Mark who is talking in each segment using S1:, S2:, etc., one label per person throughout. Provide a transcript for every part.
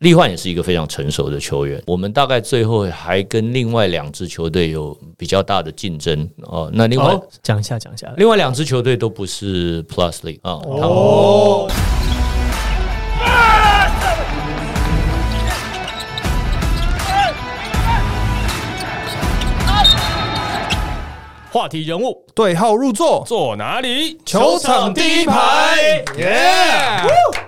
S1: 立焕也是一个非常成熟的球员，我们大概最后还跟另外两支球队有比较大的竞争哦。那另外、
S2: 哦讲一下，讲一下。
S1: 另外两支球队都不是 Plus League 啊、他们
S2: 哦，话题人物
S3: 对号入座，
S2: 坐哪里？
S3: 球场第一排，耶！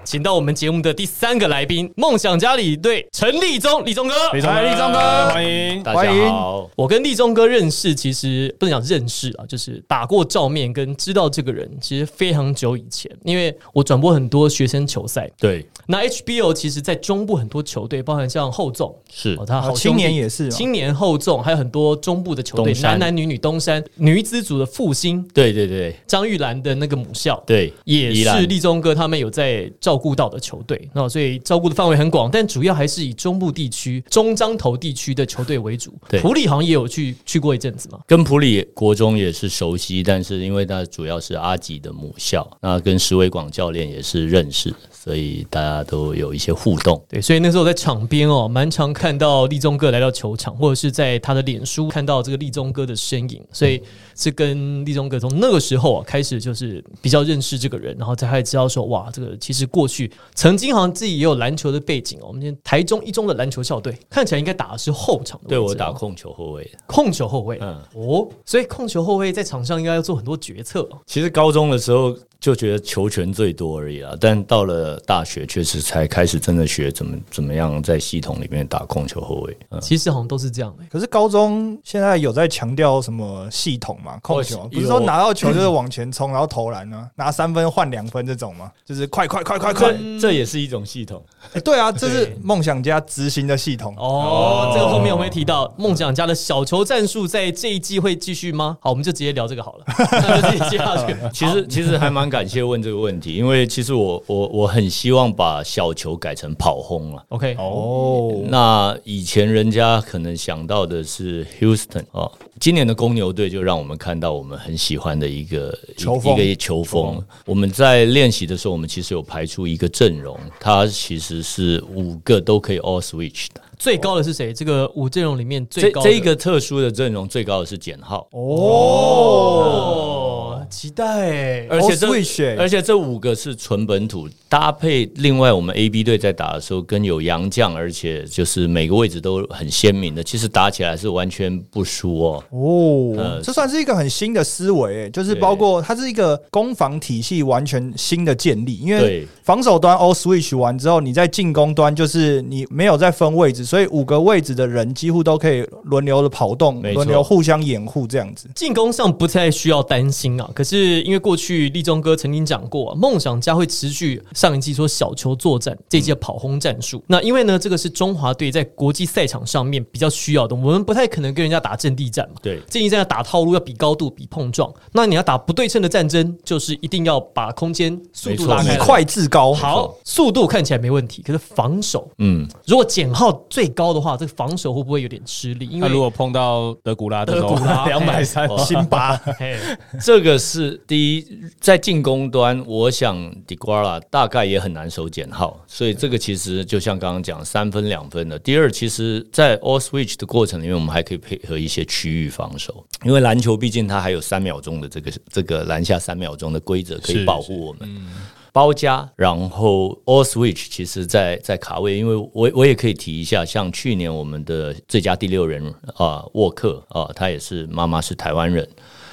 S2: 请到我们节目的第三个来宾——梦想家里队陈立忠，立忠哥，
S4: 李忠哥，
S3: 立中哥
S4: 欢迎。
S1: 大家
S3: 欢迎
S1: 好，
S2: 我跟立忠哥认识，其实不能讲认识啊，就是打过照面，跟知道这个人，其实非常久以前，因为我转播很多学生球赛。
S1: 对，
S2: 那 HBO 其实，在中部很多球队，包含像厚重，
S1: 是
S2: 哦，他好兄
S3: 啊
S2: 弟
S3: 青年也是嘛
S2: 青年厚重，还有很多中部的球队，
S1: 东山
S2: 男男女女，东山女子组的复兴，
S1: 对对对
S2: 张玉兰的那个母校。
S1: 对，
S2: 也
S1: 宜兰
S2: 是立中哥他们有在照顾到的球队，那所以照顾的范围很广，但主要还是以中部地区、中彰投地区的球队为主。
S1: 对
S2: 普里好像也有去去过一阵子嘛。
S1: 跟普里国中也是熟悉，但是因为他主要是阿吉的母校，那跟石伟广教练也是认识，所以大家都有一些互动。
S2: 对，所以那时候在场边哦，蛮常看到立中哥来到球场，或者是在他的脸书看到这个立中哥的身影，所以是跟立中哥从那个时候啊开始就是比较认识这个人，然后才开始知道说哇，这个其实过去曾经好像自己也有篮球的背景哦。我们今天台中一中的篮球校队看起来应该打的是后场的位置
S1: 对
S2: 哦，
S1: 我打控球后卫，
S2: 控球后卫，
S1: 嗯
S2: 哦，所以控球后卫在场上应该要做很多决策哦。
S1: 其实高中的时候就觉得球权最多而已啦，但到了大学确实才开始真的学怎么怎么样在系统里面打控球后卫。嗯，
S2: 其实好像都是这样的、欸
S3: 可是高中现在有在强调什么系统嘛？控球
S1: 哦有
S3: 不是说拿到球就是往前冲，然后投 篮呢、拿三分换两分这种吗？就是快快快快快！
S1: 这也是一种系统。
S3: 哎对啊，这是梦想家执行的系统。
S2: 哦，这个后面我们会提到梦想家的小球战术在这一季会继续吗？好，我们就直接聊这个好了，那就直接接下 去。
S1: 其实其实还蛮感谢问这个问题，因为其实我我我很希望把小球改成跑轰啊了。
S2: OK，
S3: 哦，
S1: 那以前人家可能想到的是 Houston 哦，今年的公牛队就让我们看到我们很喜欢的一个
S3: 球风
S1: 一个球风。我们在练习的时候，我们其实有排出一个阵容，它其实是五个都可以 all switch 的。
S2: 最高的是谁？这个五阵容里面最
S1: 这
S2: 高的
S1: 这一个特殊的阵容最高的是简浩，
S2: 哦，期待欸
S1: 而且这
S3: all switch 欸
S1: 而且这五个是纯本土搭配，另外我们 A B 队在打的时候跟有洋将，而且就是每个位置都很鲜明的，其实打起来是完全不输哦。
S3: 哦
S1: 呃，
S3: 这算是一个很新的思维、欸，就是包括它是一个攻防体系完全新的建立，因为
S1: 对
S3: 防守端 all switch 完之后，你在进攻端就是你没有在分位置，所以五个位置的人几乎都可以轮流的跑动，
S1: 没错
S3: 轮流互相掩护这样子。
S2: 进攻上不太需要担心啊，可是因为过去立中哥曾经讲过、啊，梦想家会持续上一季说小球作战，这一季的跑轰战术。那因为呢，这个是中华队在国际赛场上面比较需要的，我们不太可能跟人家打阵地战嘛。
S1: 对
S2: 阵地战要打套路，要比高度，比碰撞。那你要打不对称的战争，就是一定要把空间速
S1: 没
S2: 度
S1: 错
S2: 拉
S3: 以
S2: 开来。
S3: 快制高，
S2: 好，速度看起来没问题，可是防守，
S1: 嗯，
S2: 如果减号最高的话，这个防守会不会有点吃力？因
S4: 那
S2: 为
S4: 如果碰到德古拉的时候，
S2: 德古 拉哎哦
S4: 两百三，
S3: 辛巴
S2: 嘿
S1: 这个是第一，在进攻端，我想迪瓜拉大概也很难守减号，所以这个其实就像刚刚讲三分两分的。第二，其实，在 all switch 的过程里面，我们还可以配合一些区域防守，因为篮球毕竟它还有三秒钟的这个这个篮下三秒钟的规则可以
S4: 是
S1: 保护我
S2: 嗯
S1: 们。包夹，然后 all switch，其实在在卡位，因为我我也可以提一下，像去年我们的最佳第六人啊、沃克啊、他也是妈妈是台湾人，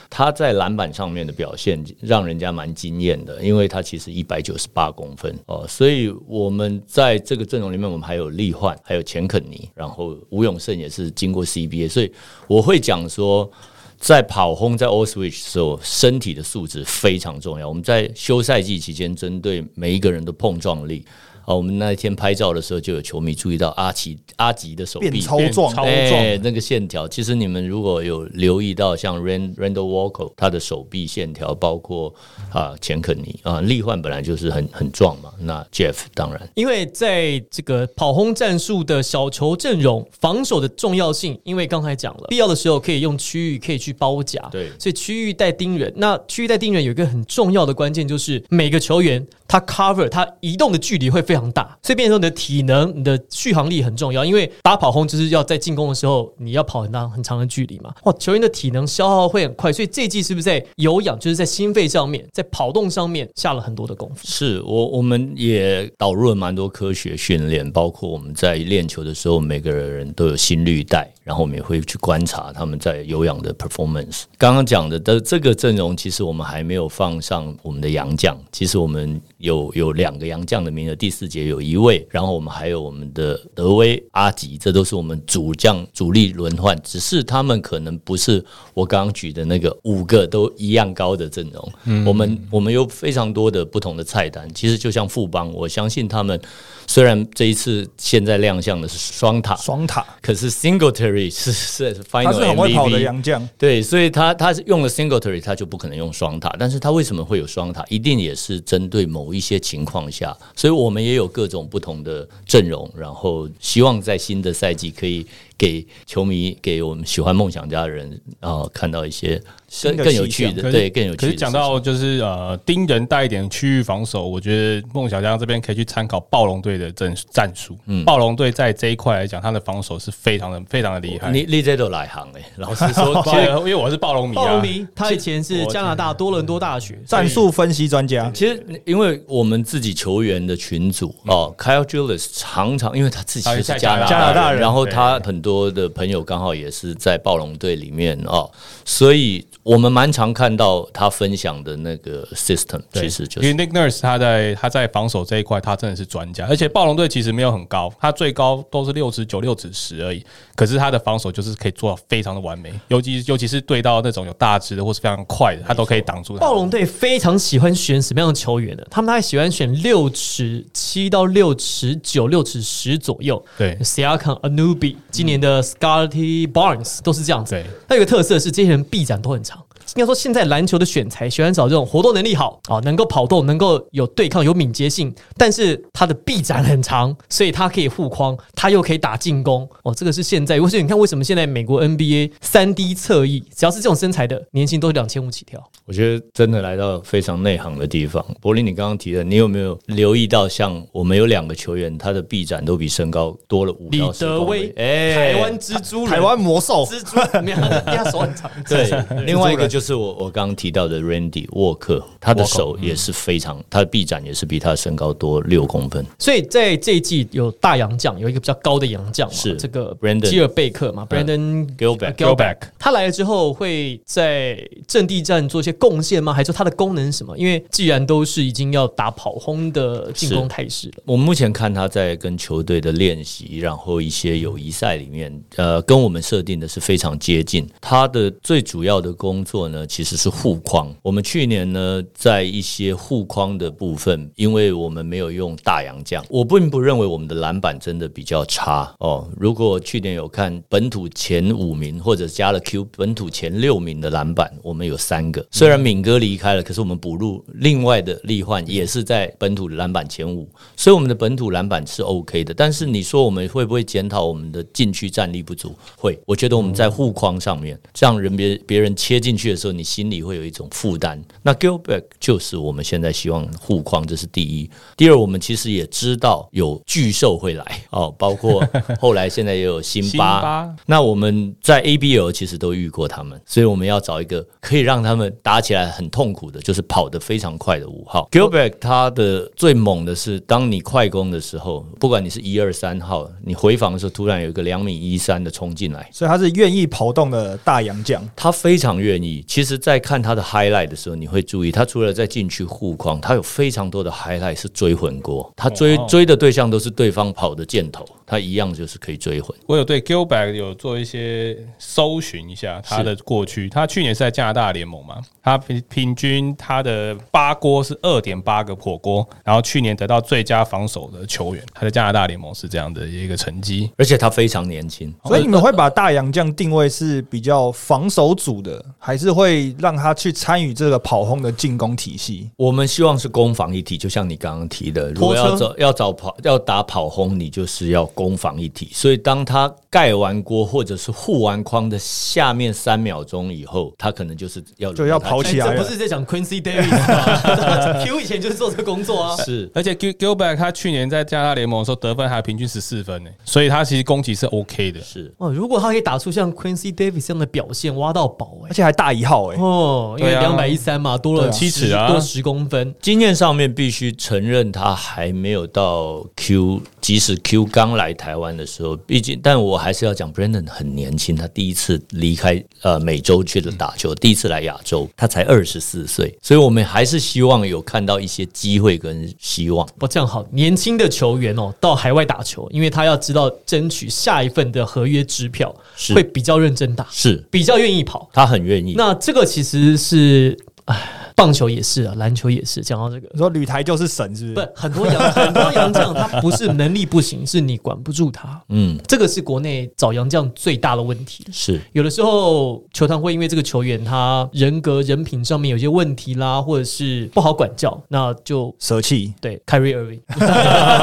S1: 他在篮板上面的表现让人家蛮惊艳的，因为他其实一百九十八公分哦，所以我们在这个阵容里面，我们还有利焕，还有钱肯尼，然后吴永胜也是经过 CBA，所以我会讲说。在跑轰在 all switch 的时候，身体的素质非常重要。我们在休赛季期间，针对每一个人的碰撞力，啊，我们那一天拍照的时候，就有球迷注意到阿奇阿吉的手臂
S3: 变超壮，
S4: 超
S1: 哎，
S4: 壮
S1: 那个线条，其实你们如果有留意到，像 Rand Randall Walker 他的手臂线条，包括啊钱肯尼啊，利焕本来就是很很壮嘛，那 Jeff 当然
S2: 因为在这个跑轰战术的小球阵容防守的重要性，因为刚才讲了，必要的时候可以用区域可以去包夹，
S1: 对
S2: 所以区域带盯人。那区域带盯人有一个很重要的关键就是每个球员他 cover 他移动的距离会非非常大，所以变成说你的体能、你的续航力很重要，因为打跑轰就是要在进攻的时候你要跑很大很长的距离嘛。哇，球员的体能消耗会很快，所以这一季是不是在有氧，就是在心肺上面，在跑动上面下了很多的功夫？
S1: 是我我们也导入了蛮多科学训练，包括我们在练球的时候，每个人都有心率带，然后我们也会去观察他们在有氧的 performance。刚刚讲的的这个阵容，其实我们还没有放上我们的洋将，其实我们有有两个洋将的名额，第四节有一位，然后我们还有我们的德威、阿吉，这都是我们主将主力轮换，只是他们可能不是我刚刚举的那个五个都一样高的阵容。
S3: 嗯
S1: 我们我们有非常多的不同的菜单，其实就像富邦，我相信他们虽然这一次现在亮相的是双塔，
S3: 双塔，
S1: 可是 Singletary 是是是 Final
S3: 他是很会跑的
S1: MVP
S3: 洋将，
S1: 对，所以他他是用了 singletary，他就不可能用双塔。但是他为什么会有双塔？一定也是针对某一些情况下。所以我们也有各种不同的阵容，然后希望在新的赛季可以给球迷、给我们喜欢梦想家的人啊、呃看到一些更
S3: 的
S1: 更有
S3: 气
S1: 趣
S3: 象
S1: 的，
S4: 可是
S1: 对，更有趣
S4: 可
S1: 的事情。
S4: 是讲到就是呃盯人带一点区域防守，我觉得梦小江这边可以去参考暴龙队的战战术。
S1: 嗯
S4: 暴龙队在这一块来讲，他的防守是非常的非常的厉害。
S1: 你你这都来行哎、老 实说，
S4: 其
S1: 其
S4: 实
S1: 实
S4: 因为我是暴龙迷
S2: 鲍
S4: 啊，
S2: 林他以前是加拿大多伦多大学，
S3: 战术分析专家，
S1: 其实因为我们自己球员的群组哦，Kyle Julius 常常因为他自己
S4: 他
S1: 是
S4: 是
S1: 加拿
S4: 加
S3: 拿大人
S1: 然后他很多的朋友刚好也是在暴龙队里面哦，所以我们蛮常看到他分享的那个 system，
S4: 对
S1: 其实就
S4: 因
S1: 是
S4: 为 Nick Nurse 他在他在防守这一块，他真的是专家。而且暴龙队其实没有很高，他最高都是六尺九、六尺十而已。可是他的防守就是可以做到非常的完美，尤其尤其是对到那种有大只的或是非常快的，他都可以挡住他。
S2: 暴龙队非常喜欢选什么样的球员呢？他们大概喜欢选六尺七到六尺九、六尺十左右。
S4: 对
S2: s i a k a m Anubi，今年的 Scotty Barnes 都是这样子。
S4: 对，
S2: 那有个特色是这些人臂展都很长。应该说，现在篮球的选材喜欢找这种活动能力好啊，能够跑动，能够有对抗、有敏捷性，但是他的臂展很长，所以他可以护框，他又可以打进攻。哦，这个是现在，或是你看为什么现在美国 NBA 三 D 侧翼，只要是这种身材的，年薪都是两千五起跳。
S1: 我觉得真的来到非常内行的地方。柏林，你刚刚提的，你有没有留意到，像我们有两个球员，他的臂展都比身高多了五
S2: 李
S1: 到十
S2: 德
S1: 公
S2: 威
S1: 分，哎
S2: 台湾蜘蛛人，
S3: 台湾魔兽，
S2: 蜘 蛛，没有，他手很长。
S1: 对，另外一个就是我我刚刚提到的 Randy 沃克，他的手嗯也是非常，他的臂展也是比他的身高多六公分。
S2: 所以在这一季有大洋将，有一个比较高的洋将嘛，
S1: 是
S2: 这个
S1: Brandon
S2: 基尔贝克嘛，Brandon
S1: Gilbert
S4: Gilbert
S2: 他来了之后会在阵地战做一些贡献吗？还是说他的功能是什么？因为既然都是已经要打跑轰的进攻态势了，
S1: 我们目前看他在跟球队的练习，然后一些友谊赛里面，呃，跟我们设定的是非常接近。他的最主要的工作呢，其实是护框。我们去年呢，在一些护框的部分，因为我们没有用大洋将，我并不认为我们的篮板真的比较差哦。如果去年有看本土前五名，或者加了 Q 本土前六名的篮板，我们有三个。虽然敏哥离开了，可是我们补入另外的力焕，也是在本土的篮板前五，所以我们的本土篮板是 OK 的。但是你说我们会不会检讨我们的禁区战力不足？会，我觉得我们在护框上面，让人别别人切进去的时候，你心里会有一种负担。那 Gilbert 就是我们现在希望护框，这是第一。第二，我们其实也知道有巨兽会来哦，包括后来现在也有辛
S4: 辛
S1: 巴。
S4: 巴
S1: 那我们在 ABL 其实都遇过他们，所以我们要找一个可以让他们打起来很痛苦的，就是跑得非常快的五号。Gilbert 他的最猛的是，当你快攻的时候，不管你是一二三号，你回防的时候，突然有一个两米一三的冲进来。
S3: 所以他是愿意跑动的大洋将。
S1: 他非常愿意。其实，在看他的 highlight 的时候，你会注意，他除了在禁区护框，他有非常多的 highlight 是追魂锅，他追、
S4: 哦
S1: 追的对象都是对方跑的箭头，他一样就是可以追魂。
S4: 我有对 Gilbert 有做一些搜寻一下他的过去。他去年是在加拿大联盟嘛，他平平均他的八锅是二点八个火锅，然后去年得到最佳防守的球员，他在加拿大联盟是这样的一个成绩。
S1: 而
S3: 哦
S1: 且他非常年轻，
S3: 所以你们会把大洋将定位是比较防守组的，还是会让他去参与这个跑轰的进攻体系？
S1: 我们希望是攻防一体，就像你刚刚提的，如果
S2: 拖车
S1: 要找要找跑要打跑轰，你就是要攻防一体。所以当他盖完锅或者是护完框的下面三秒钟以后，他可能就是要
S3: 就要跑
S1: 起。
S3: 起来
S2: 这
S3: 了
S2: 不啊哎是在讲 Quincy Davis 吗 ？Q 以前就是做这个工作啊。
S1: 是
S4: 而且 Gil Gilbert 他去年在加拿大联盟的时候得分还平均十四分呢，所以他其实攻击是 OK 的。
S1: 是，
S2: 哦，如果他可以打出像 Quincy Davis 这样的表现，挖到宝哎、
S3: 而且还大一号哎、
S2: 哦，因为
S4: 对啊
S2: 两百一三嘛，多了
S4: 对啊七尺
S2: 10
S4: 啊
S2: 多十公分。
S1: 经验上面必须承认，他还没有到 Q，即使 Q 刚来台湾的时候，毕竟，但我还是要讲，Brandon 很年轻，他第一次离开呃美洲去了打球，第一次来亚洲，他才二十四岁，所以我们还是希望有看到一些机会跟希望。
S2: 哦，这样好，年轻的球员哦，到海外打球，因为他要知道争取下一份的合约支票，
S1: 是
S2: 会比较认真打，
S1: 是
S2: 比较愿意跑。
S1: 他很愿意，
S2: 那这个其实是，唉，棒球也是啊，篮球也是。讲到这个，
S3: 你说吕台就是神是不
S2: 不
S3: 是？，
S2: 很多洋很多洋将，他不是能力不行，是你管不住他。
S1: 嗯，
S2: 这个是国内找洋将最大的问题。
S1: 是
S2: 有的时候球团会因为这个球员他人格、人品上面有些问题啦，或者是不好管教，那就
S3: 舍弃
S2: 对 Kyrie Irving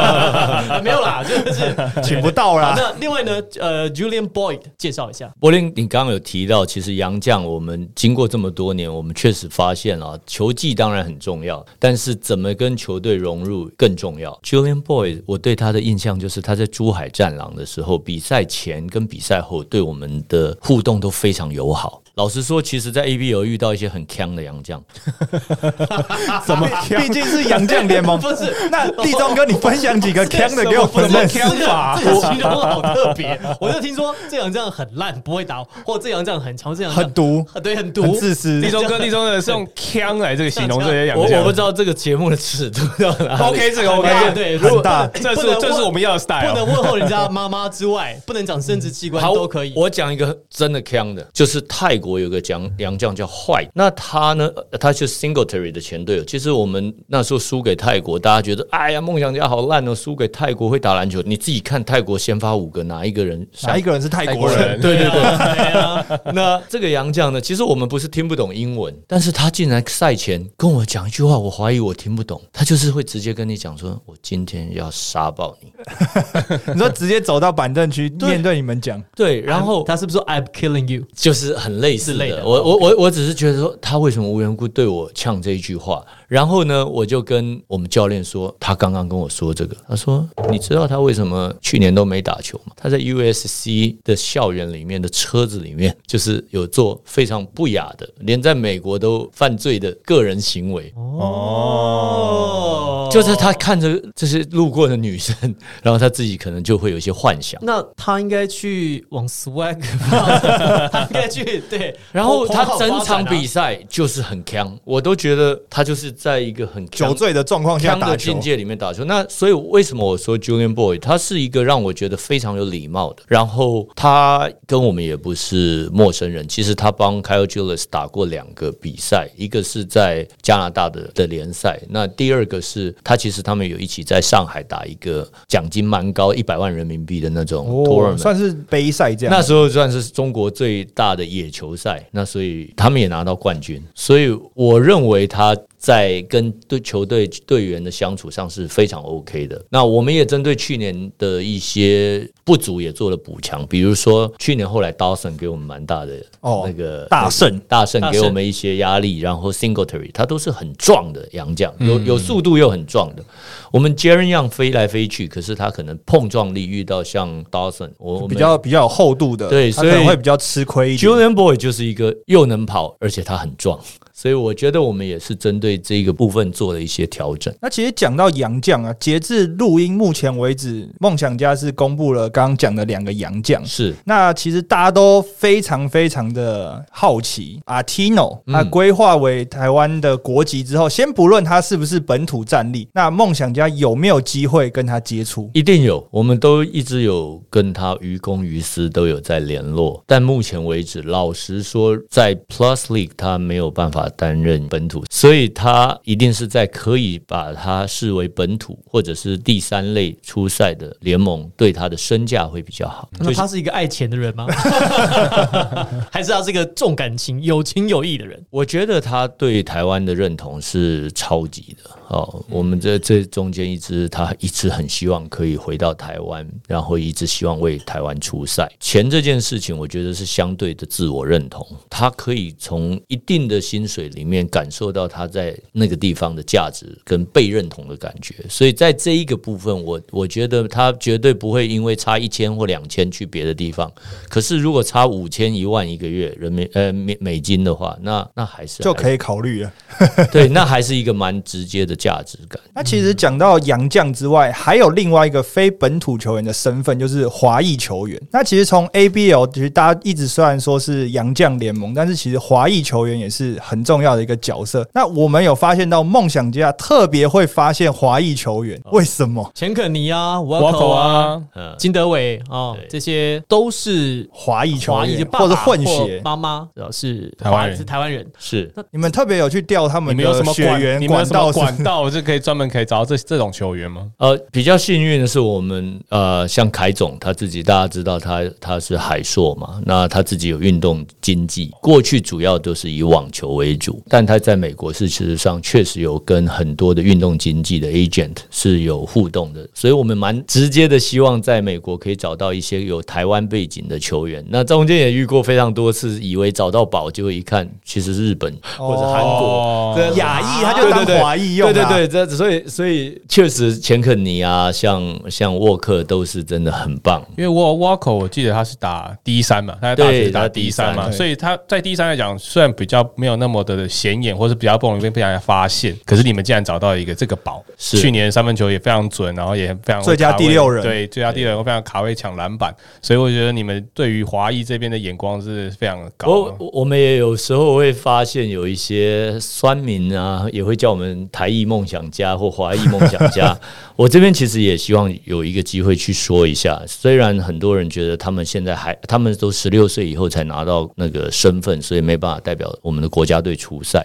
S2: 没有啦，就是
S3: 请不到
S2: 好
S3: 啦。
S2: 那另外呢，呃，Julian Boyd 介绍一下，
S1: 柏林，你刚刚有提到，其实杨将我们经过这么多年，我们确实发现啊，球技当然很重要，但是怎么跟球队融入更重要。Julian Boy，我对他的印象就是他在珠海战狼的时候，比赛前跟比赛后对我们的互动都非常友好。老实说，其实，在 ABO 遇到一些很强的洋将，
S3: 怎么？毕竟是洋将联盟
S2: 不。是
S3: 那地中哥，你分享几 个坑哎的给我
S2: 不
S3: 们
S2: 是
S3: 认识
S2: 这个这个形容好特别。 我就听说这样这样很烂，不会打，或这样这样很强，这样
S3: 很毒，
S2: 对，很毒，
S3: 很自私
S4: 立。中哥，立中哥是用枪来这个形容这些洋
S1: 我
S4: 将。
S1: 我不知道这个节目的尺度到哪里
S4: OK 这个
S2: 很大
S4: OK，
S2: 对，如
S3: 很
S2: 果呃
S3: 大。
S4: 这
S2: 不能
S4: 是这是我们要的
S2: 不
S4: style 啊
S2: 能。问候人家妈妈之 外，不能讲生殖器官
S1: 好，
S2: 都可以。
S1: 我讲一个真的坑的，就是泰国有个将洋将叫坏，那他呢，呃他就是 Singletary 的前队友。其实我们那时候输给泰国，大家觉得哎呀，梦想家好烂哦，输给泰国会打篮球。你自己看泰国先发五个，哪一个人
S3: 哪
S1: 上
S3: 一？个人是泰国人？
S1: 对对对，
S2: 啊，
S1: 那这个洋将呢？其实我们不是听不懂英文，但是他竟然赛前跟我讲一句话，我怀疑我听不懂。他就是会直接跟你讲说：“我今天要杀爆你。
S3: 你说直接走到板凳区面对你们讲，”
S1: 对，然后
S2: 他是不是说 I'm killing you？
S1: 就是很类似
S2: 之类
S1: 的
S2: 的
S1: 我我我我只是觉得说他为什么无缘无故对我呛这一句话，然后呢，我就跟我们教练说，他刚刚跟我说这个，他说你知道他为什么去年都没打球吗？他在 USC 的校园里面的车子里面，就是有做非常不雅的，连在美国都犯罪的个人行为。
S2: 哦，
S1: 就是他看着这些路过的女生， 然后他自己可能就会有一些幻想。
S2: 那他应该去往 swag，吧他应该去 对，
S1: 然后他整场比
S2: 赛
S1: 赛就是很强，我都觉得他就是在一个很强
S3: 酒醉的状况下
S1: 枪
S3: 打
S1: 的
S3: 球
S1: 境，界里面打球。那所以为什么我说 Julian Boy 他是一个让我觉得非常有礼貌的，然后他跟我们也不是陌生人。其实他帮 Kyle Julius 打过两个比赛，一个是在加拿大的的联赛，那第二个是他其实他们有一起在上海打一个奖金蛮高一百万人民币的那种 tournament，、
S3: 哦算是杯赛这样。
S1: 那时候算是中国最大的野球赛，那所以他们也拿到冠军。所以我认为他在跟对球队队员的相处上是非常 OK 的。那我们也针对去年的一些不足也做了补强，比如说去年后来 Dawson 给我们蛮大的
S3: 哦
S1: 那个
S3: 大胜
S1: 大圣
S2: 大圣
S1: 给我们一些压力，然后 Singletary 他都是很壮的洋将，有
S3: 嗯
S1: 有速度又很壮的。我们 Jaren Young 飞来飞去，可是他可能碰撞力遇到像 Dawson，我我们
S3: 比较比较有厚度的，
S1: 对
S3: 他
S1: 所以
S3: 可能会比较吃亏一点。
S1: Julian Boy 就是一个又能跑，而且他很壮，所以我觉得我们也是针对这个部分做了一些调整。
S3: 那其实讲到洋将啊，截至录音目前为止，梦想家是公布了刚刚讲的两个洋将。
S1: 是
S3: 那其实大家都非常非常的好奇，Artino 他规划为台湾的国籍之后，先不论他是不是本土战力，那梦想家有没有机会跟他接触？
S1: 一定有，我们都一直有跟他于公于私都有在联络，但目前为止，老实说，在 Plus League 他没有办法法担任本土，所以他一定是在可以把他视为本土或者是第三类出赛的联盟，对他的身价会比较好。
S2: 那他是一个爱钱的人 吗？还是他是一个重感情、有情有义的人？
S1: 我觉得他对台湾的认同是超级的哦。我们这这中间一直他一直很希望可以回到台湾，然后一直希望为台湾出赛。钱这件事情，我觉得是相对的自我认同，他可以从一定的薪水里面感受到他在那个地方的价值跟被认同的感觉。所以在这一个部分，我我觉得他绝对不会因为差一千或两千去别的地方。可是如果差五千一万一个月人民呃美美金的话，那那还是
S3: 就可
S1: 以
S3: 以考虑了。
S1: 对，那还是一个蛮直接的价值感。
S3: 那其实讲到洋将之外，还有另外一个非本土球员的身份，就是华裔球员。那其实从 ABL，其实大家一直虽然说是洋将联盟，但是其实华裔球员也是很重要的一个角色。那我们有发现到梦想家特别会发现华裔球员，为什么？
S2: 钱肯尼啊，瓦
S4: 我
S2: 口
S4: 口
S2: 啊，
S4: 啊，
S1: 嗯，
S2: 金德伟啊
S1: 对，
S2: 这些都是
S3: 华裔球
S2: 华裔
S3: 员
S2: 的爸爸
S3: 或者混血，
S2: 妈妈，主要是
S4: 台湾
S2: 华
S4: 人
S2: 是台湾人。
S1: 是
S3: 你们特别有去调他
S4: 你
S3: 们
S4: 们有
S3: 的
S4: 什么
S3: 血
S4: 管？
S3: 缘
S4: 你们有什么
S3: 道是不是
S4: 管道是可以专门可以找到这这种球员吗？
S1: 呃，比较幸运的是，我们呃，像凯总他自己，大家知道他他是海硕嘛，那他自己有运动经济，过去主要都是以网球为主，但他在美国是事实上确实有跟很多的运动经济的 agent 是有互动的，所以我们蛮直接的希望在美国可以找到一些有台湾背景的球员。那中间也遇过非常多次，以为找到宝，结果一看其实是日本或者韩国。
S4: 哦
S1: 对 啊
S3: 亚裔他就当华裔用啊
S1: 对对对，这所以所以确实钱肯尼啊，像像沃克都是真的很棒。
S4: 因为沃沃口，我记得他是打 D 三嘛，他在大
S1: 对
S4: 学打
S1: 他
S4: D 三嘛，
S3: 对
S4: 所以他在 D 三来讲，虽然比较没有那么的显眼，或是比较不容易被被人家发现，可是你们竟然找到一个这个宝，
S1: 是
S4: 去年三分球也非常准，然后也非常会
S3: 最佳
S4: 卡位
S3: 第六人
S4: 对最佳第六人会非常卡位抢篮板，所以我觉得你们对于华裔这边的眼光是非常高
S1: 我
S4: 的。
S1: 我我们也有时候会发现有一些酸民啊，也会叫我们台裔梦想家或华裔梦想 家。我这边其实也希望有一个机会去说一下，虽然很多人觉得他们现在还，他们都十六岁以后才拿到那个身份，所以没办法代表我们的国家队出赛。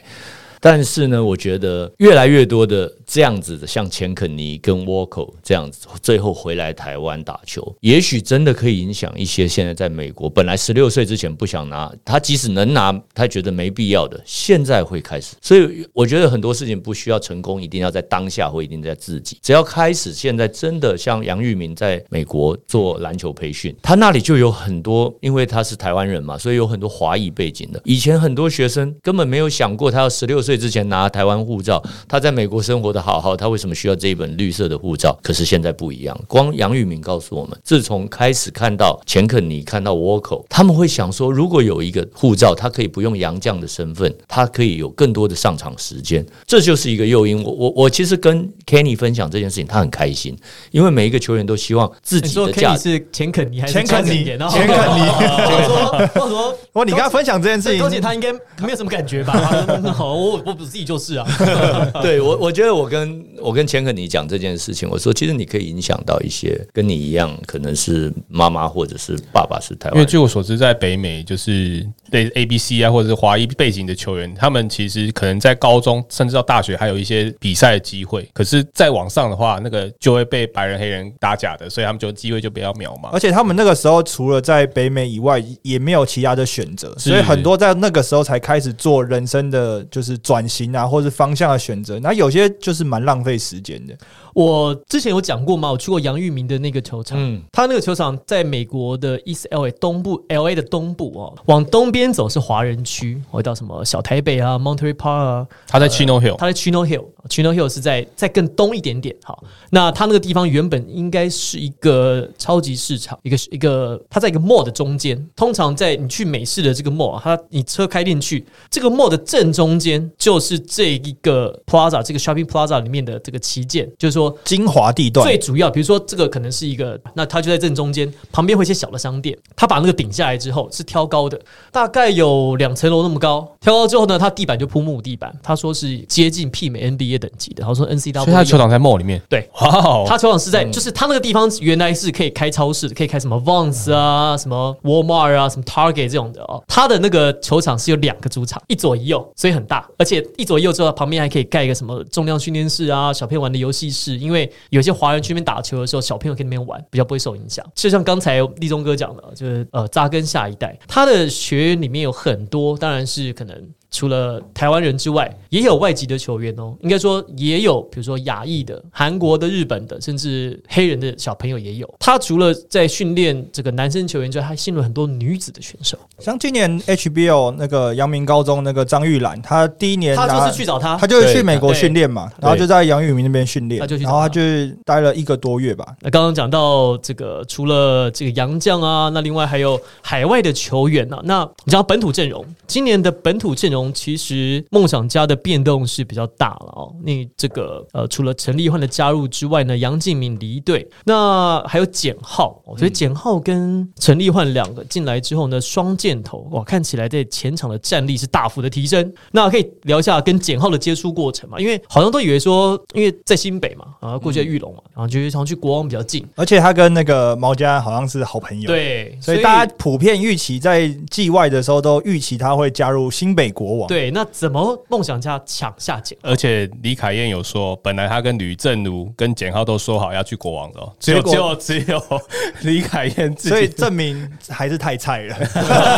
S1: 但是呢，我觉得越来越多的这样子的，像钱肯尼跟沃口这样子，最后回来台湾打球，也许真的可以影响一些现在在美国本来十六岁之前不想拿，他即使能拿，他觉得没必要的，现在会开始。所以我觉得很多事情不需要成功，一定要在当下或一定在自己，只要开始。现在真的像杨玉明在美国做篮球培训，他那里就有很多，因为他是台湾人嘛，所以有很多华裔背景的。以前很多学生根本没有想过，他要十六岁之前拿台湾护照，他在美国生活的好好，他为什么需要这一本绿色的护照？可是现在不一样，光杨玉明告诉我们，自从开始看到钱肯尼、看到沃口，他们会想说，如果有一个护照，他可以不用洋将的身份，他可以有更多的上场时间，这就是一个诱因。我我我其实跟 Kenny 分享这件事情，他很开心，因为每一个球员都希望自
S2: 你
S1: 己
S2: 说
S1: 的
S2: k e
S1: 价
S2: n
S1: 值。
S2: 是钱肯尼还是
S3: 钱肯尼
S2: 钱
S3: 钱肯尼
S2: 哦 我说 我说
S3: 哇，你跟他分享这件事
S2: 而且
S3: 情，
S2: 他应该没有什么感觉吧？ 好，我我自己就是啊。
S1: 对我，我觉得我跟我跟钱肯尼讲这件事情，我说其实你可以影响到一些跟你一样，可能是妈妈或者是爸爸是台湾
S4: 因为
S1: 人，
S4: 据我所知，在北美就是类 A B C 啊，或者是华裔背景的球员，他们其实可能在高中甚至到大学还有一些比赛的机会，可是再往上的话，那个就会被白人、黑人打假的，所以他们就机会就比较渺茫
S3: 而。且他们那个时候除了在北美以外，也没有其他的选择，
S4: 是
S3: 所以很多在那个时候才开始做人生的就是转型啊，或是方向的选择。那有些就是蛮浪费时间的。
S2: 我之前有讲过嘛，我去过杨玉明的那个球场，
S1: 嗯
S2: 他那个球场在美国的 East LA 东部，LA 的东部哦，往东边走是华人区，我到什么小台北啊，Monterey Park 啊，
S4: 他在 Chino Hill，
S2: 他在 Chino Hill，Chino Hill 是在在更东一点点。好，那他那个地方原本应该是一个超级市场，一个一个，它在一个 mall 的中啊间。通常在你去美式的这个 mall，它你车开进去，这个 mall 的正中间就是这一个 plaza 这个 shopping plaza 里面的这个旗舰，就是说
S3: 精华地段，
S2: 最主要，比如说这个可能是一个，那它就在正中间，旁边会一些小的商店。它把那个顶下来之后是挑高的，大概有两层楼那么高。挑高之后呢，它地板就铺木地板，他说是接近媲美 NBA 等级的，他说 NCW。
S4: 所以他的球场在 mall 里面。
S2: 对，
S4: 哇哦，
S2: 他球场是在，就是他那个地方原来是可以开超市，可以开什么 Vons 啊、什么 Walmart 啊、什么 Target 这种的哦。他的那个球场是有两个主场，一左一右，所以很大，而且一左一右之后旁边还可以盖一个什么重量训练室啊、小朋友玩的游戏室，因为有些华人去那边打球的时候，小朋友可以那边玩，比较不会受影响。就像刚才立中哥讲的，就是呃扎根下一代，他的学员里面有很多，当然是可能。除了台湾人之外，也有外籍的球员哦。应该说也有，比如说亚裔的、韩国的、日本的，甚至黑人的小朋友也有。他除了在训练这个男生球员之外，他还训练很多女子的选 手。
S3: 像今年 HBO 那个阳明高中那个张玉兰，她第一年
S2: 他
S3: 拿
S2: 就是去找他
S3: 他，就去
S1: 对
S3: 美国
S2: 啊对
S3: 训练嘛，然后就在杨宇明那边训练
S2: 他就，去
S3: 然后
S2: 找
S3: 他
S2: 他
S3: 就待了一个多月吧。
S2: 那刚刚讲到这个，除了这个洋将啊，那另外还有海外的球员啊。那你讲到本土阵容，今年的本土阵容其实梦想家的变动是比较大了哦。那这个呃，除了陈立焕的加入之外呢，杨敬敏离队，那还有简浩，哦所以
S3: 嗯
S2: 简浩跟陈立焕两个进来之后呢，双箭头哇，看起来在前场的战力是大幅的提升。那可以聊一下跟简浩的接触过程嘛？因为好像都以为说，因为在新北嘛，然后过去在玉龙嘛，
S3: 嗯
S2: 然后就常去国王比较近。
S3: 而且他跟那个毛家好像是好朋友，，
S2: 对，
S3: 所以大家普遍预期在季外的时候都预期他会加入新北国王。
S2: 对那怎么梦想家抢下简？
S4: 而且李凯燕有说，本来他跟吕正如、跟简浩都说好要去国王的、哦，只有
S3: 结
S4: 只
S3: 果
S4: 有只有 李凯燕自己，
S3: 所以证明还是太菜了。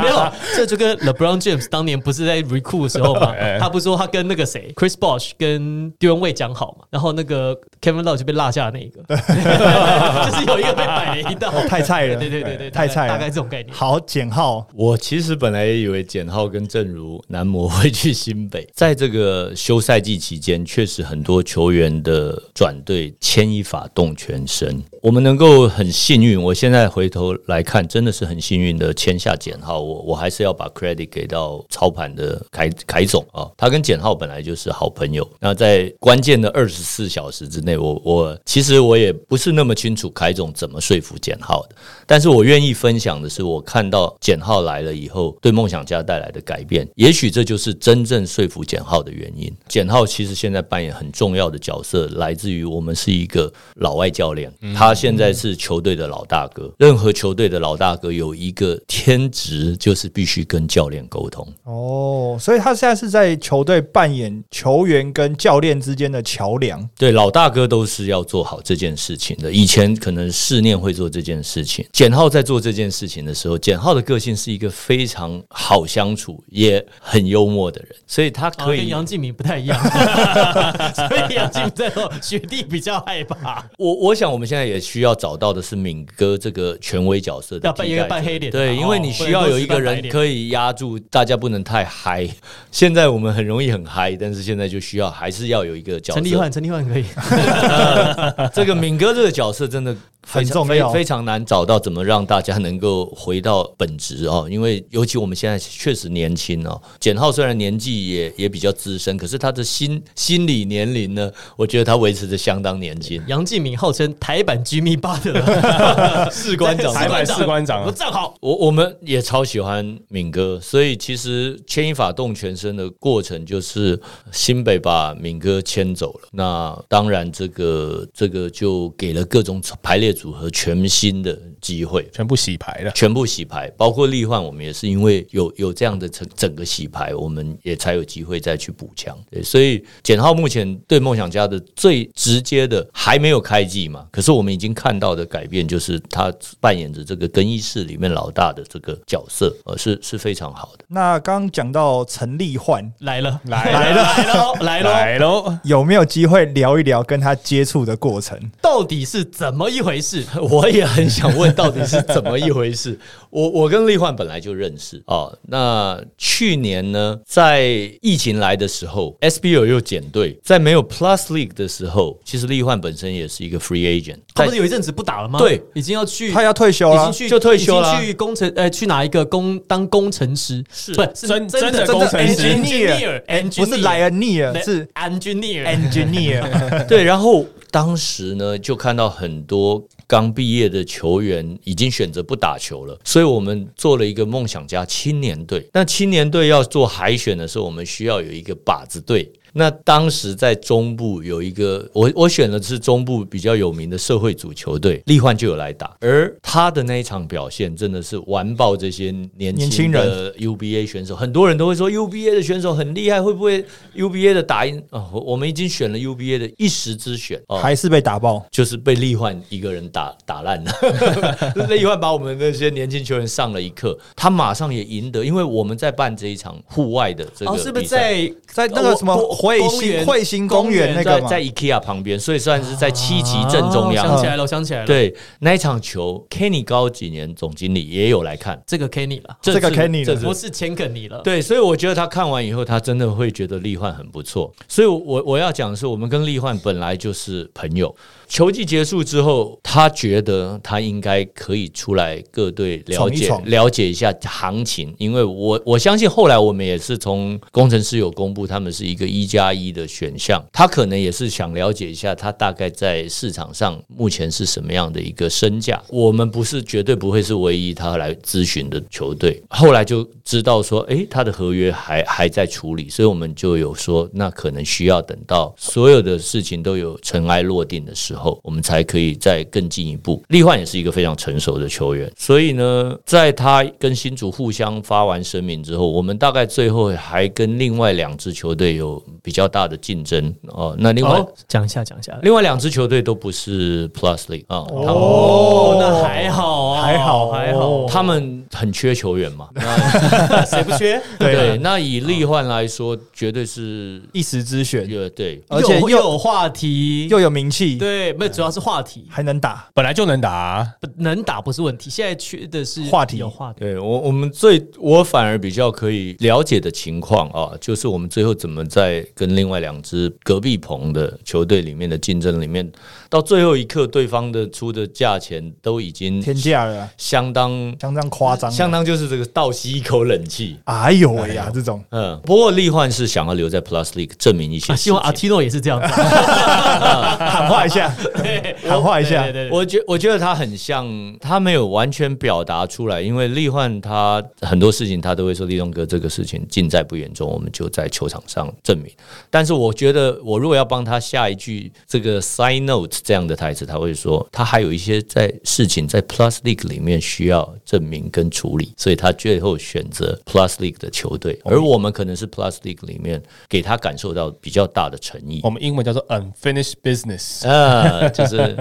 S2: 没有，这就跟 LeBron James 当年不是在 recruit 的时候嘛，他不是说他跟那个谁 Chris Bosh 跟 d u r a n Wade 讲好嘛，然后那个 Kevin Love 就被落下的那一个，就是有一个被摆了一道，
S3: 太菜了
S2: 对对对对，大
S3: 太
S2: 概
S3: 菜了
S2: 大概这种概念。
S3: 好，简浩
S1: 我其实本来也以为简浩跟正如男模会去新北， 在这个休赛季期间，确实很多球员的转队牵一发动全身。我们能够很幸运，我现在回头来看，真的是很幸运的签下简浩。我我还是要把 credit 给到操盘的凯凯总啊，他跟简浩本来就是好朋友。那在关键的二十四小时之内，我我其实我也不是那么清楚凯总怎么说服简浩的。但是我愿意分享的是，我看到简浩来了以后，对梦想家带来的改变，也许这就是真正说服简浩的原因。简浩其实现在扮演很重要的角色，来自于我们是一个老外教练，他现在是球队的老大哥。任何球队的老大哥有一个天职，就是必须跟教练沟通。
S3: 哦，所以他现在是在球队扮演球员跟教练之间的桥梁。
S1: 对，老大哥都是要做好这件事情的。以前可能试念会做这件事情，简浩在做这件事情的时候，简浩的个性是一个非常好相处也很幽默的人，所以他
S2: 啊
S1: 可
S2: 跟
S1: 以。
S2: 杨敬敏不太一样，所以杨敬敏在说学弟比较害怕。
S1: 我我想我们现在也需要找到的是敏哥这个权威角色的
S2: 要
S1: 替
S2: 扮
S1: 代
S2: 一个
S1: 者
S2: 扮黑脸的
S1: 对，
S2: 嘛
S1: 因为
S2: 哦
S1: 你需
S2: 不能
S1: 要
S2: 够
S1: 有
S2: 死
S1: 一个
S2: 板白
S1: 人
S2: 脸
S1: 可以压住大家，不能太嗨。 现在我们很容易很嗨，但是现在就需要还是要有一个角色。
S2: 陈立焕，陈立焕可以。
S1: 这个敏哥这个角色真的非
S3: 很
S1: 常
S3: 重要
S1: 非非常难找到怎么让大家能够回到本职哦。因为尤其我们现在确实年轻哦，简浩虽然年纪也也比较资深，可是他的心 心理年龄呢，我觉得他维持的相当年轻。
S2: 杨敬敏号称台版 Jimmy Butler，士 官长，
S4: 台版士官长
S2: 我站好。
S1: 我我们也超喜欢敏哥，所以其实牵一发动全身的过程就是新北把敏哥牵走了。那当然，这个这个就给了各种排列组合全新的机会。
S4: 全部洗牌了。
S1: 全部洗牌，包括立焕，我们也是因为有有这样的整整个洗牌，我们也才有机会再去补强。对，所以简浩目前对梦想家的最直接的还没有开季嘛，可是我们已经看到的改变就是他扮演着这个更衣室里面老大的这个角色，呃，是是非常好的。
S3: 那刚刚讲到陈立焕，
S2: 来了，
S4: 来
S2: 来了，来喽，来喽！
S4: 来喽！
S3: 有没有机会聊一聊跟他接触的过程？
S2: 到底是怎么一回事？
S1: 我也很想问，到底是怎么一回事？ 我我跟丽焕本来就认识哦。那去年呢，在疫情来的时候，SBL 又减队，在没有 Plus League 的时候，其实丽焕本身也是一个 Free Agent，在
S2: 他不是有一阵子不打了吗？
S1: 对，
S2: 已经要去，
S3: 他要退休
S2: 嗯
S3: 啊
S2: 已经。
S3: 了
S2: 去
S1: 就退休了
S2: 已经去工程呃，去哪一个工当工程师？
S1: 是
S2: 不是
S4: 真
S2: 真
S4: 真的
S3: 工程师
S2: engineer，
S3: 不是 Lioneer，是
S2: engineer，
S3: engineer。
S1: 对，然后当时呢，就看到很多刚毕业的球员已经选择不打球了，所以我们做了一个梦想家青年队。那青年队要做海选的时候，我们需要有一个靶子队。那当时在中部有一个，我我选的是中部比较有名的社会组球队，立焕就有来打，而他的那一场表现真的是完爆这些年
S3: 年
S1: 轻
S3: 轻
S1: 的
S3: 人
S1: 呃 UBA 选手，很多人都会说 UBA 的选手很厉害，会不会 UBA 的打赢啊、我我们已经选了 UBA 的一时之选哦。
S3: 还是被打爆，
S1: 就是被力焕一个人打打烂了， 力焕把我们那些年轻球员上了一课，他马上也赢得，因为我们在办这一场户外的这个
S2: 哦，是不是
S1: 比赛
S2: 在
S3: 在那个什么
S2: 哦公
S3: 彗
S2: 公园
S3: 星彗星公园那
S1: 在
S3: 个嘛，啊
S1: 在 IKEA 旁边，所以算是在七级正中央。
S2: 哦我想起来了，我想起来了，，
S1: 对那一场球，Kenny 高几年总经理也有来看，
S2: 这个 Kenny 了，
S1: 这
S3: 个
S1: 次
S3: Kenny
S1: 这
S3: 了
S1: 次
S2: 不是钱肯尼了，
S1: 对，所以我觉得他看完以后，他真的会觉得力焕很不错。所以我，我要讲的是，我们跟力焕本来就是朋友。球季结束之后，他觉得他应该可以出来各队了解
S3: 闯一闯
S1: 了解一下行情，因为我我相信后来我们也是从工程师有公布他们是一个一加一的选项，他可能也是想了解一下他大概在市场上目前是什么样的一个身价。我们不是绝对不会是唯一他来咨询的球队，后来就知道说，诶，他的合约还还在处理，所以我们就有说，那可能需要等到所有的事情都有尘埃落定的时候，我们才可以再更进一步。力焕也是一个非常成熟的球员，所以呢，在他跟新竹互相发完声明之后，我们大概最后还跟另外两支球队有比较大的竞争哦。那另外、
S2: 哦，讲一下，讲一下，
S1: 另外两支球队都不是 Plus League 啊、他们
S2: 哦，那还好啊，
S3: 还好
S2: 还好，
S1: 他们很缺球员嘛？
S2: 谁不缺？
S1: 对，那以力焕来说，绝对是呃
S3: 一时之选，
S1: 乐队。
S3: 而且
S2: 又
S3: 又
S2: 有话题，
S3: 又有名气，
S2: 对，没有，主要是话题，
S3: 还能打。
S4: 本来就能打、啊，
S2: 不能打不是问题，现在缺的是
S3: 话题
S2: 有话题。
S1: 对我，我们最我反而比较可以了解的情况啊，就是我们最后怎么在跟另外两支隔壁棚的球队里面的竞争里面，到最后一刻，对方的出的价钱都已经
S3: 天价了，
S1: 相当
S3: 相当夸张了，啊
S1: 相当，就是这个倒吸一口冷气。
S3: 哎呦喂呀，这种
S1: 嗯，不过力焕是想要留在 Plus League 证明一些
S2: 啊，
S1: 事
S2: 希
S1: 情。
S2: 望阿 Tino 也是这样子啊。
S3: 喊话 一下，喊话一下
S2: 对，对对，
S1: 我觉我觉得他很像，他没有完全表达出来，因为力焕他很多事情他都会说，立东哥这个事情尽在不言中，我们就在球场上证明。但是我觉得，我如果要帮他下一句这个 sign note 这样的台词，他会说他还有一些在事情在 Plus League 里面需要证明跟处理，所以他最后选择 Plus League 的球队，而我们可能是 Plus League 里面给他感受到比较大的诚意
S4: 我。们英文叫做 unfinished business，
S1: 呃，就是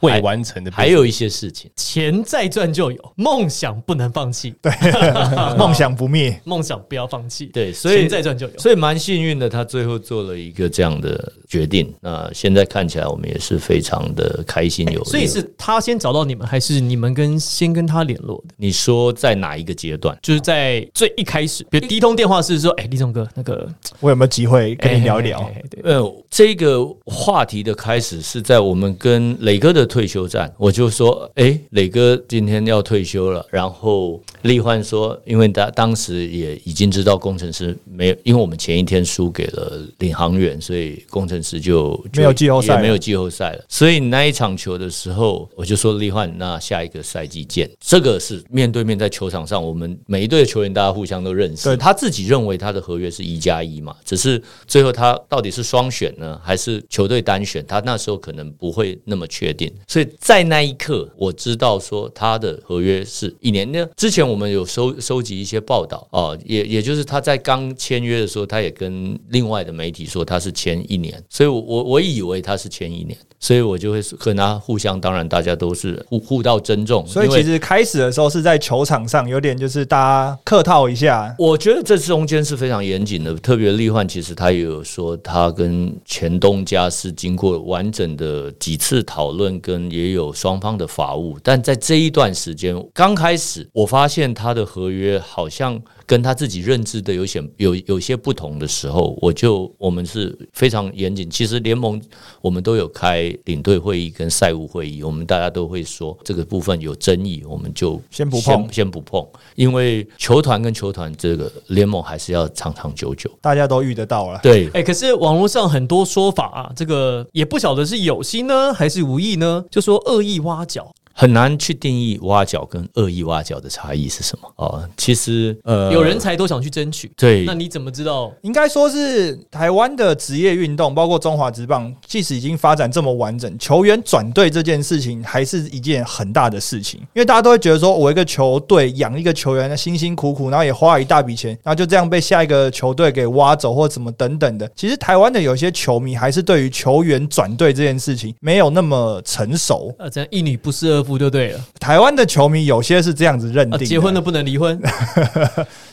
S4: 未完成的 business。
S1: 还有一些事情。
S2: 钱再赚就有，梦想不能放弃，对，啊
S3: 梦想不灭。
S2: 梦想不要放弃，
S1: 对所以
S2: 钱再赚就有。
S1: 所以蛮幸运的，他最后做了一个这样的决定。那现在看起来，我们也是非常的开心有。
S2: 所以是他先找到你们，还是你们跟先跟他联络的？
S1: 你说在哪一个阶段？
S2: 就是在最一开始，比如第一通电话是说：“哎，立忠哥，那个
S3: 我有没有机会跟你聊一聊
S2: 哎哎？哎哎对，
S1: 呃，这个话题的开始是在我们跟磊哥的退休战，我就说，诶，磊哥今天要退休了。然后立焕说，因为他当时也已经知道工程师没有，因为我们前一天输给了领航员，所以工程师就就
S3: 没有季后赛
S1: 也没有
S3: 了
S1: 季后赛了。所以那一场球的时候，我就说立焕，那下一个赛季见。这个是面对面在球场上，我们每一队的球员大家互相都认识
S3: 对。
S1: 他自己认为他的合约是一加一嘛，只是最后他到底是双选呢，还是球队单选？他那时候可能不会那么确定。所以在那一刻，我知道说他的合约是一年。那之前我们有收收集一些报道哦，也也就是他在刚签约的时候，他也跟另外的媒体说他是签一年，所以我我我以为他是签一年，所以我就会跟他互相，当然大家都是互互道珍重，
S3: 所以
S1: 因为
S3: 其实开始的时候是在球场上，有点就是大家客套一下，
S1: 我觉得这中间是非常严谨的，特别利焕其实他也有说，他跟前东家是经过完整的几次讨论，跟也有双方的法务。但在这一段时间刚开始，我发现他的合约好像跟他自己认知的有些 有有些不同的时候，我就我们是非常严谨。其实联盟我们都有开领队会议跟赛务会议，我们大家都会说这个部分有争议，我们就
S3: 先不碰
S1: 先先不碰，因为球团跟球团这个联盟还是要长长久 久。
S3: 大家都遇得到了。
S1: 对，
S2: 哎、可是网络上很多说法啊，这个也不晓得是有心呢还是无意呢，就说恶意挖角，
S1: 很难去定义挖角跟恶意挖角的差异是什么哦。其实呃，
S2: 有人才都想去争取，
S1: 对
S2: 那你怎么知道？
S3: 应该说是台湾的职业运动，包括中华职棒，即使已经发展这么完整，球员转队这件事情还是一件很大的事情，因为大家都会觉得说，我一个球队养一个球员，辛辛苦苦，然后也花了一大笔钱，然后就这样被下一个球队给挖走或怎么等等的。其实台湾的有些球迷还是对于球员转队这件事情没有那么成熟，
S2: 呃，这样一女不侍二夫就对了。
S3: 台湾的球迷有些是这样子认
S2: 啊，
S3: 定的、
S2: 结婚了不能离婚，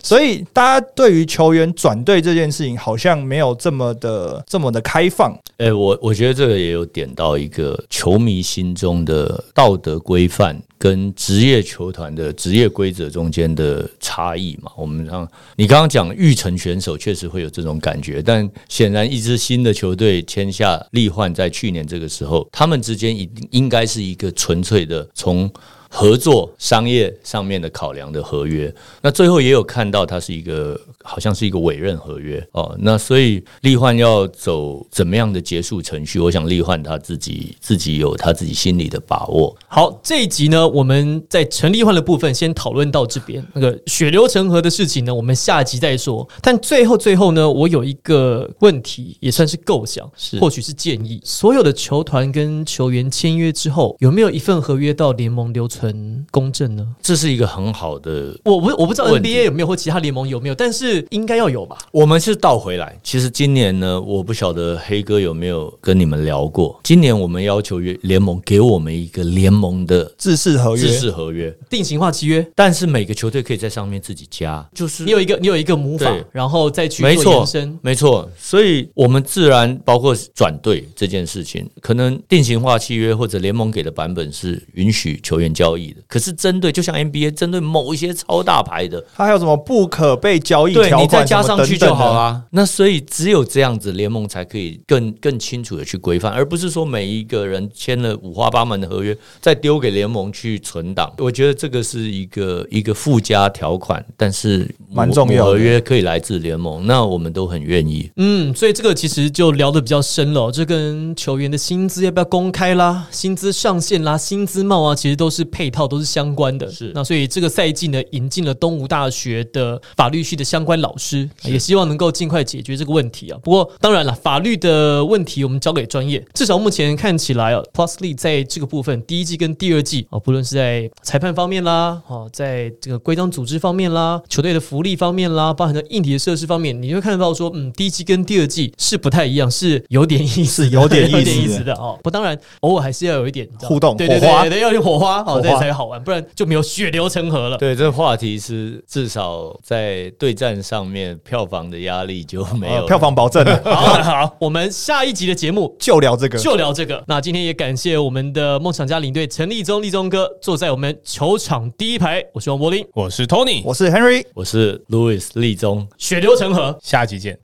S3: 所以大家对于球员转队这件事情好像没有这么的这么的开放。
S1: 哎、我我觉得这个也有点到一个球迷心中的道德规范跟职业球团的职业规则中间的差异嘛。我们让你刚刚讲育成选手确实会有这种感觉，但显然一支新的球队签下利焕，在去年这个时候，他们之间一定应该是一个纯粹的从。合作商业上面的考量的合约，那最后也有看到它是一个好像是一个委任合约哦。那所以立焕要走怎么样的结束程序？我想立焕他自己自己有他自己心里的把握。
S2: 好，这一集呢，我们在陈立焕的部分先讨论到这边。那个血流成河的事情呢，我们下集再说。但最后最后呢，我有一个问题，也算是构想，
S1: 是
S2: 或许是建议。所有的球团跟球员签约之后，有没有一份合约到联盟留存公证呢？
S1: 这是一个很好的，
S2: 我不我不知道
S1: 问题
S2: NBA 有没有或其他联盟有没有，但是应该要有吧。
S1: 我们是倒回来。其实今年呢，我不晓得黑哥有没有跟你们聊过，今年我们要求联联盟给我们一个联盟的
S3: 制式合
S1: 自
S3: 约，
S1: 式合约，
S2: 定型化契约，
S1: 但是每个球队可以在上面自己加，就是
S2: 你有一个你有一个母法
S1: 对，
S2: 然后再去
S1: 没
S2: 做
S1: 错
S2: 延伸，。
S1: 没错。所以我们自然包括转队这件事情，可能定型化契约或者联盟给的版本是允许球员交易的，可是针对就像 NBA 针对某一些超大牌的，
S3: 它还有什么不可被交易
S1: 对
S3: 条
S1: 你
S3: 款
S1: 再加上去就好
S3: 了。
S1: 啦。那所以只有这样子，联盟才可以更更清楚的去规范，而不是说每一个人签了五花八门的合约，再丢给联盟去存档。我觉得这个是一个一个附加条款，但是母
S3: 蛮重要的
S1: 母合约可以来自联盟，那我们都很愿意。
S2: 嗯，所以这个其实就聊得比较深了哦、这跟球员的薪资要不要公开啦、薪资上限啦、薪资帽啊，其实都是配套，都是相关的。
S1: 是
S2: 那所以这个赛季呢，引进了东吴大学的法律系的相关老师，也希望能够尽快解决这个问题啊。不过当然了，法律的问题我们交给专业，至少目前看起来啊，Plusly 在这个部分第一季跟第二季啊，不论是在裁判方面啦，哦，在这个规章组织方面啦，球队的福利方面啦，包含的硬体的设施方面，你会看得到说，嗯，第一季跟第二季是不太一样，是有点意思的，
S3: 是有点意思的
S2: 有点意思的哦。不，当然偶尔还是要有一点你知道吗
S3: 互动
S2: 对对
S3: 火花
S2: 对对，要有点火花
S3: 火花
S2: 哦，这才好玩，不然就没有血流成河了。
S1: 对，这话题是至少在对战上面票房的压力就没有、
S3: 呃票。房 保证了，
S2: 好，好，我们下一集的节目
S3: 就聊这个。
S2: 就聊这个。那今天也感谢我们的梦想家领队陈立中，立中哥坐在我们球场第一排。我是王柏林，
S4: 我是 Tony，
S3: 我是 Henry，
S1: 我是 Louis 立中。
S2: 血流成河。
S4: 下期见。